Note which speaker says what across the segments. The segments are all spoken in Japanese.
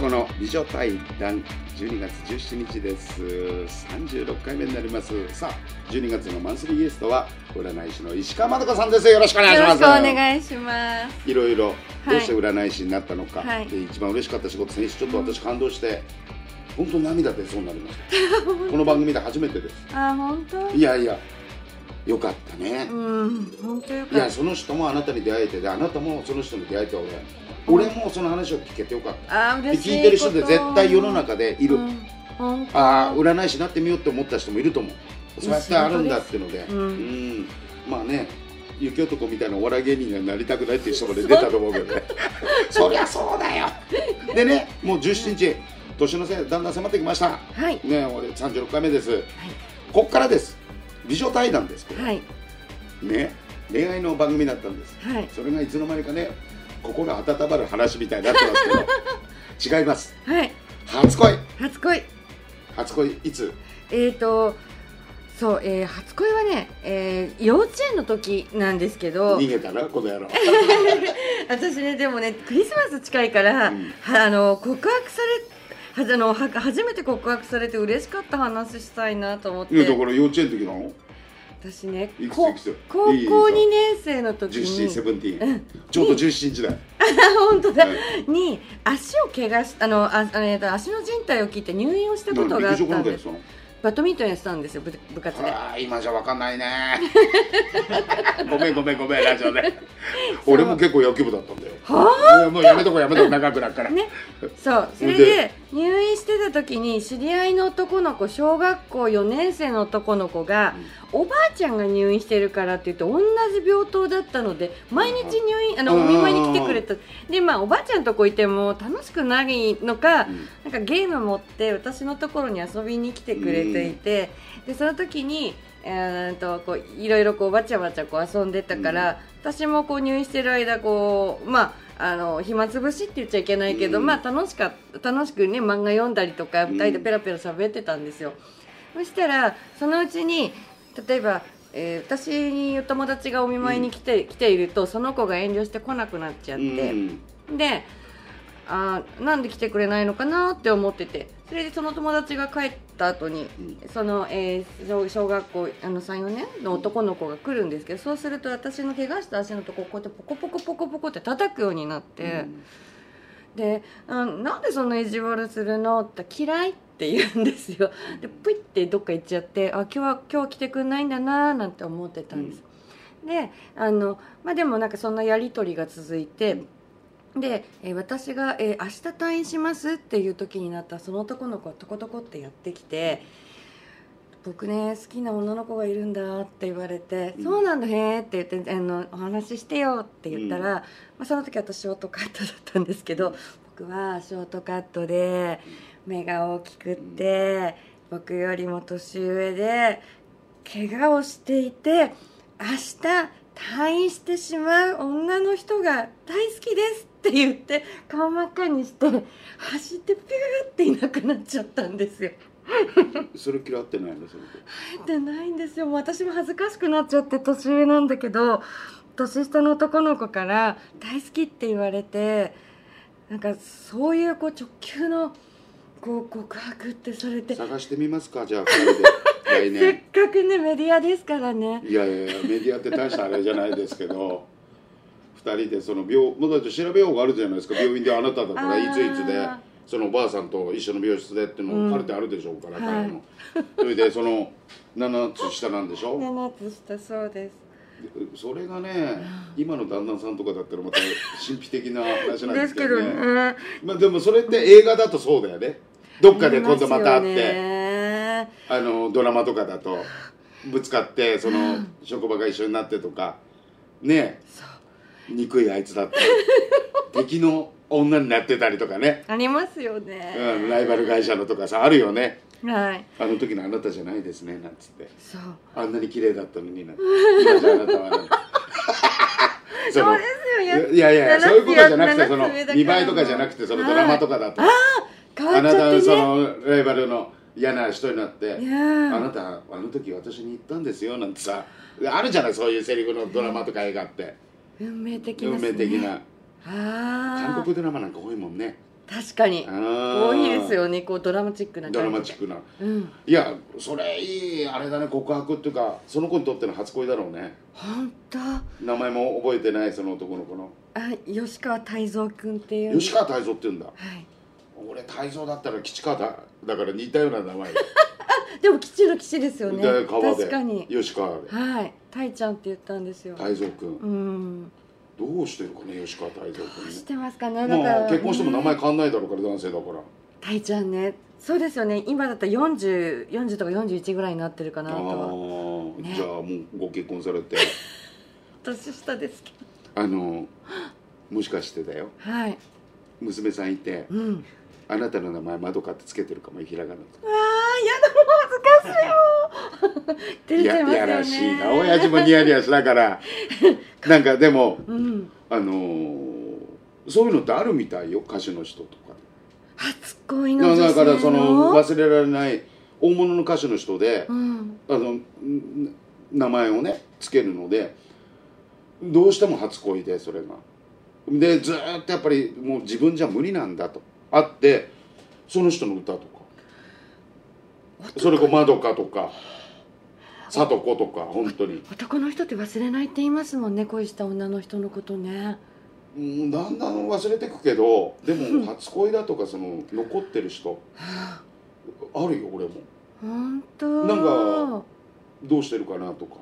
Speaker 1: この美女対談12月17日です36回目になりますさあ12月のマンスリーゲストは占い師の石川まどかさんですよろしくお願いし
Speaker 2: よろ
Speaker 1: ま
Speaker 2: し
Speaker 1: す
Speaker 2: くお願いします。
Speaker 1: いろいろ
Speaker 2: はい
Speaker 1: どうして占い師になったのか、
Speaker 2: はい
Speaker 1: で一番嬉しかった仕事選手ちょっと私感動して、本当に涙出そうになりました この番組で初めてです
Speaker 2: あ、本当。
Speaker 1: いやいやよかったね、
Speaker 2: うん、本当よ
Speaker 1: い
Speaker 2: かっ
Speaker 1: やその人もあなたに出会えてであなたもその人に出会えて俺俺もその話を聞けてよかった
Speaker 2: た。あ、
Speaker 1: で
Speaker 2: 嬉しいこと。
Speaker 1: 聞いてる人で絶対世の中でいる、
Speaker 2: うん本当。
Speaker 1: ああ占い師になってみようって思った人もいると思うそうやってあるんだ
Speaker 2: い
Speaker 1: っ
Speaker 2: や
Speaker 1: てので
Speaker 2: すう
Speaker 1: うんん、まあね雪男みたいなお笑い芸人にはなりたくないっていう人まで出たと思うけどね そりゃそうだよでねもう17日年のせいだんだん迫ってきました
Speaker 2: はい。
Speaker 1: ね俺36回目です、こっからです美女対談ですこれ
Speaker 2: はい。
Speaker 1: ね恋愛の番組だったんです
Speaker 2: はい。
Speaker 1: それがいつの間にかね心温まる話みたいになってます けど違います
Speaker 2: はい。
Speaker 1: 初恋
Speaker 2: 初恋。
Speaker 1: 初恋いつ
Speaker 2: えっ、ー、と。そう、えー、初恋はね、えー、幼稚園の時なんですけど
Speaker 1: 逃。げたなこの野郎
Speaker 2: 私ね、でもね、クリスマス近いから、
Speaker 1: うん
Speaker 2: はあの、告白され。はあの、は初めて告白されて嬉しかった話したいなと思っ
Speaker 1: いやだか
Speaker 2: て。
Speaker 1: ら幼稚園の時なの
Speaker 2: 私ね
Speaker 1: い、くつ
Speaker 2: こ
Speaker 1: いくつ
Speaker 2: 高校
Speaker 1: いいよいいよ
Speaker 2: 2年生の時に。
Speaker 1: 17、セブンティー
Speaker 2: う
Speaker 1: ン
Speaker 2: ん
Speaker 1: ちょうど17日だよ
Speaker 2: 本当だ、
Speaker 1: はい
Speaker 2: に足を怪我しあのああのえっと足の靭帯を切って入院をしたことが
Speaker 1: 陸
Speaker 2: あった
Speaker 1: 上かなん
Speaker 2: ん
Speaker 1: かやっ
Speaker 2: で
Speaker 1: て
Speaker 2: す
Speaker 1: たの
Speaker 2: バドミントンやってたんですよ部部活で
Speaker 1: あー今じゃわかんない ねごめんごめんごめんラジオで俺も結構野球部だったんだよ
Speaker 2: はい
Speaker 1: やもうやめとこやめとこ長くなるから
Speaker 2: ねそうそれで入院してた時に知り合いの男の子小学校4年生の男の子が、おばあちゃんが入院してるからって言って同じ病棟だったので毎日入院あの
Speaker 1: うん
Speaker 2: お見舞いに来てくれたでまあおばあちゃんとこいても楽しくないのか、
Speaker 1: うん
Speaker 2: なんかゲーム持って私のところに遊びに来てくれていて、でその時に、えー、とこういろいろこうわちゃわちゃこう遊んでたから、私もこう入院してる間こう、まあ、あの暇つぶしって言っちゃいけないけど、
Speaker 1: うん
Speaker 2: まあ、楽しかっ楽しく、ね、漫画読んだりとか
Speaker 1: うん
Speaker 2: 2人でペラペラ喋ってたんですよ。そしたらそのうちに例えばえー私にお友達がお見舞いに来て,、来ているとその子が遠慮してこなくなっちゃって、
Speaker 1: うん
Speaker 2: であーなんで来てくれないのかなって思っててそれでその友達が帰った後に、
Speaker 1: う
Speaker 2: その、えー小小学校あの34年の男の子が来るんですけどそうすると私の怪我した足のとここうやってポコポコポコポコって叩くようになって、であ「なんでそんな意地悪するの?」って「嫌い」って言うんですよでプイってどっか行っちゃって「あ今日は今日は来てくんないんだな」なんて思ってたんです、であの、まあ、でもなんかそんなやり取りが続いて、で、えー私が、えー明日退院します」っていう時になったらその男の子がトコトコってやってきて「僕ね好きな女の子がいるんだ」って言われて「
Speaker 1: うん
Speaker 2: そうなんだへ」って言ってあの「お話ししてよ」って言ったら、
Speaker 1: う
Speaker 2: まあ、その時私ショートカットだったんですけど僕はショートカットで目が大きくって僕よりも年上で怪我をしていて明日退院してしまう女の人が大好きですって言って顔真っ赤にして走ってピューっていなくなっちゃったんですよ
Speaker 1: それ嫌ってないのその子
Speaker 2: 入ってないんですよもう私も恥ずかしくなっちゃって年上なんだけど年下の男の子から「大好き」って言われてなんかそういうこう直球のこう告白ってされてせっ
Speaker 1: 探してみますかじゃあ二人で来 年
Speaker 2: かくねメディアですからね
Speaker 1: いやいやいやメディアって大したあれじゃないですけど2人でその病もうだって調べようがあるじゃないですか病院であなただから
Speaker 2: あ
Speaker 1: い
Speaker 2: ー
Speaker 1: ついつでそのおばあさんと一緒の病室でっていう
Speaker 2: うん
Speaker 1: のカルテあるでしょうから、
Speaker 2: はい
Speaker 1: 彼のそれでその7つ下なんでしょ
Speaker 2: 7つしたそうです
Speaker 1: それがね今の旦那さんとかだったらまた神秘的な話なんで
Speaker 2: ですす
Speaker 1: け
Speaker 2: け
Speaker 1: ど
Speaker 2: ど
Speaker 1: ね
Speaker 2: ね
Speaker 1: まあ、でもそれって映画だとそうだよねどっかで今度また会って、
Speaker 2: て
Speaker 1: あのドラマとかだとぶつかってその職場が一緒になってとかね憎いあいつだって 敵の女になってたりとかね、
Speaker 2: ありますよ
Speaker 1: うん、
Speaker 2: ね
Speaker 1: ライバル会社のとかさあるよね
Speaker 2: はい
Speaker 1: あの時のあなたじゃないですねなんつって
Speaker 2: そう
Speaker 1: あんなに綺麗だったのになんて今じゃあなたはなん てその
Speaker 2: そうですよや
Speaker 1: いやいやいやそういうことじゃなくてその
Speaker 2: 七つ上だから
Speaker 1: 見栄えとかじゃなくてそのドラマとかだとあ
Speaker 2: 変わっち
Speaker 1: な
Speaker 2: ゃ
Speaker 1: た
Speaker 2: って
Speaker 1: そ
Speaker 2: ね
Speaker 1: のライバルの嫌な人になって
Speaker 2: い
Speaker 1: あ
Speaker 2: や
Speaker 1: なたあの時私に言ったんですよなんてさあるじゃないそういうセリフのドラマとか映画って
Speaker 2: 運命的な
Speaker 1: 運命的な
Speaker 2: ああ
Speaker 1: 韓国ドラマなんか多いもんね
Speaker 2: 確かに
Speaker 1: 多
Speaker 2: 多いですよねこうドラマチックな感じ
Speaker 1: ドラマチックな
Speaker 2: うん
Speaker 1: いやそれいいあれだね告白っていうかその子にとっての初恋だろうね
Speaker 2: 本当
Speaker 1: 名前も覚えてないその男の子の
Speaker 2: あ吉川泰造君っていう
Speaker 1: 吉川泰造って言うんだ
Speaker 2: はい
Speaker 1: 俺泰造だったら吉川だだから似たような名前
Speaker 2: でも吉の吉ですよね
Speaker 1: で川で
Speaker 2: 確かに
Speaker 1: 吉川で
Speaker 2: はい泰ちゃんって言ったんですよ
Speaker 1: 泰造君
Speaker 2: うん
Speaker 1: どうしてるかね吉川泰造
Speaker 2: ど
Speaker 1: 君
Speaker 2: う
Speaker 1: ね
Speaker 2: してますかねだから
Speaker 1: まあ結婚しても名前変わんないだろうから男性だから
Speaker 2: タイちゃんねそうですよね今だったら4040とか41ぐらいになってるかな
Speaker 1: ああ
Speaker 2: とは
Speaker 1: ー
Speaker 2: ね
Speaker 1: じゃあもうご結婚さ れて
Speaker 2: 年下ですけど
Speaker 1: あのもしかしてだよ
Speaker 2: はい
Speaker 1: 娘さんいて
Speaker 2: うん
Speaker 1: あなたの名前まどかってつけてるかもひらがなと
Speaker 2: ああやだもう恥ずかしいよ照れちゃいますよね
Speaker 1: ややらしいな親父もニヤニヤしなが らなんかでも
Speaker 2: うん
Speaker 1: あのーそういうのってあるみたいよ歌手の人とか
Speaker 2: 初恋の
Speaker 1: だ
Speaker 2: 女性
Speaker 1: か
Speaker 2: の
Speaker 1: らだからその忘れられない大物の歌手の人で
Speaker 2: う、ん
Speaker 1: あのん名前をねつけるのでどうしても初恋でそれがでずーっとやっぱりもう自分じゃ無理なんだとあってその人の歌とかそれこそ「まどか」とか「さとこ」とか本当に
Speaker 2: 男の人って忘れないって言いますもんね恋した女の人のことね
Speaker 1: うんだんだん忘れてくけどでも初恋だとかその残ってる人
Speaker 2: はあ
Speaker 1: あるよ俺も
Speaker 2: 本当
Speaker 1: なんかどうしてるかなとか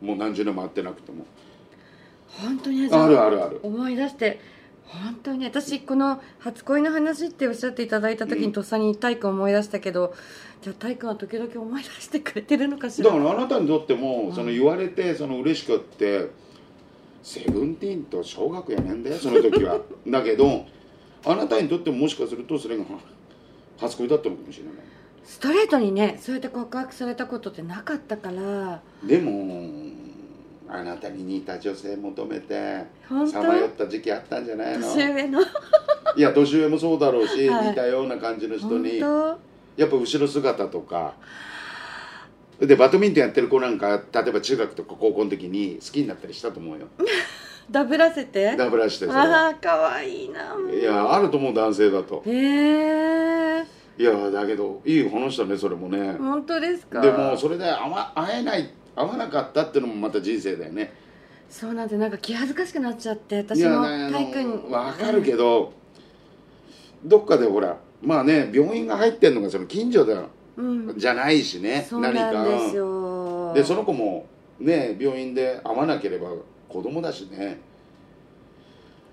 Speaker 1: もう何十年も会ってなくても
Speaker 2: 本当に
Speaker 1: あるあるある
Speaker 2: 思い出して本当に私この初恋の話っておっしゃっていただいた時
Speaker 1: うん
Speaker 2: にとっさに大君思い出したけど、じゃあ大君は時々思い出してくれてるのかし
Speaker 1: だ
Speaker 2: ら
Speaker 1: からあなたにとっても、
Speaker 2: うん
Speaker 1: その言われてその嬉しくってセブンティーンと小学4年だよその時は だけどあなたにとってももしかするとそれが初恋だったのかもしれな
Speaker 2: ストレートにねそうやって告白されたことってなかったから
Speaker 1: いでもあなたに似た女性求めて
Speaker 2: 本
Speaker 1: さ
Speaker 2: 当
Speaker 1: まよった時期あったんじゃないの
Speaker 2: 年上の
Speaker 1: いや年上もそうだろうし、
Speaker 2: はい
Speaker 1: 似たような感じの人
Speaker 2: 本
Speaker 1: に
Speaker 2: 当
Speaker 1: やっぱ後ろ姿とかでバドミントンやってる子なんか例えば中学とか高校の時に好きになったりしたと思うよ
Speaker 2: ダブらせて
Speaker 1: ダブらしてそれ
Speaker 2: ああ可愛いなもう
Speaker 1: いやあると思う男性だと
Speaker 2: へえ
Speaker 1: いやだけどいい話だねそれもね
Speaker 2: 本当ですか
Speaker 1: でもそれで会わ会えない会わなかったってのもまた人生だよね
Speaker 2: そうなんでなんか気恥ずかしくなっちゃって
Speaker 1: い
Speaker 2: 私
Speaker 1: や
Speaker 2: も
Speaker 1: ねあの
Speaker 2: 大君
Speaker 1: わかるけどどっかでほらまあね病院が入ってんのがその近所だ
Speaker 2: うん
Speaker 1: じゃないしね
Speaker 2: そうなんで
Speaker 1: うん
Speaker 2: すよ
Speaker 1: でその子もね病院で会わなければ子供だしね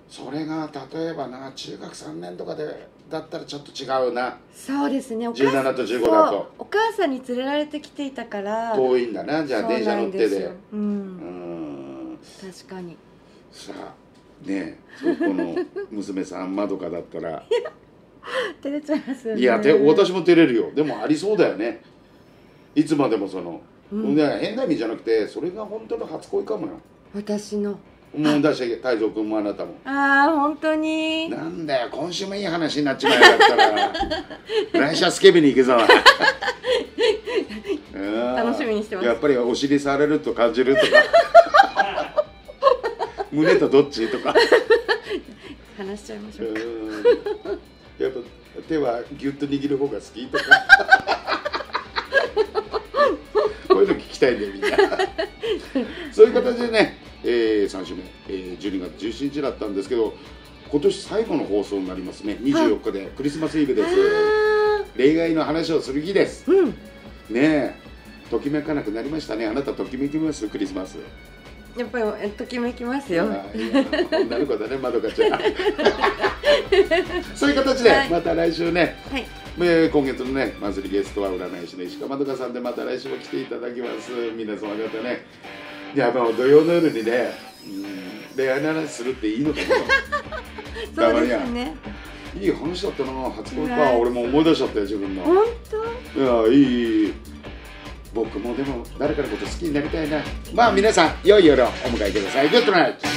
Speaker 1: それが例えばな中学3年とかでだったらちょっと違うな
Speaker 2: そうですねお母さん
Speaker 1: 17と15だ
Speaker 2: そ
Speaker 1: と
Speaker 2: うお母さんに連れられてきていたから
Speaker 1: 遠いんだなじゃあ電車乗って
Speaker 2: そうなんす
Speaker 1: で
Speaker 2: よ
Speaker 1: う
Speaker 2: う
Speaker 1: ー
Speaker 2: ん
Speaker 1: ん
Speaker 2: 確かに
Speaker 1: さあねえそこの娘さんまどかだったら
Speaker 2: 照れちゃいますよね
Speaker 1: いやて私も照れるよでもありそうだよねいつまでもその、
Speaker 2: うん
Speaker 1: ね変な意味じゃなくてそれが本当の初恋かもよ
Speaker 2: 私の
Speaker 1: 思い出 して泰造君もあなたも
Speaker 2: ああ本当に
Speaker 1: なんだよ今週もいい話になっちまえだったら 来週はスケベに行くぞうん
Speaker 2: 楽しみにしてます
Speaker 1: やっぱりお尻触れると感じるとか 胸とどっちとか
Speaker 2: 話しちゃいまし
Speaker 1: う
Speaker 2: ょうか
Speaker 1: んやっぱ手はギュッと握る方が好き とかこういうの聞きたいねみんなそういう形でね、え3週目、えー12月17日だったんですけど今年最後の放送になりますね24日でクリスマスイブです
Speaker 2: あ
Speaker 1: 恋愛の話をする日です
Speaker 2: ーうん
Speaker 1: ねえときめかなくなりましたねあなたときめきますクリスマス
Speaker 2: やっぱりえときめきますよ
Speaker 1: あーいや女の子だねまどかち ゃんそういう形で
Speaker 2: はい
Speaker 1: また来週ね、
Speaker 2: はい
Speaker 1: えー今月のねマンスリーゲストは占い師の石川まどかさんでまた来週も来ていただきます皆様方ねいやもう土曜の夜にねうん恋愛の話するっていいのかな
Speaker 2: そうで
Speaker 1: たます
Speaker 2: ね
Speaker 1: にいい話だったな初恋
Speaker 2: うわ
Speaker 1: か俺も思い出しちゃったよ自分の
Speaker 2: 本当
Speaker 1: いやいいいい僕もでも誰かのこと好きになりたいなまあ皆さん良い夜をお迎えくださいグッドナイト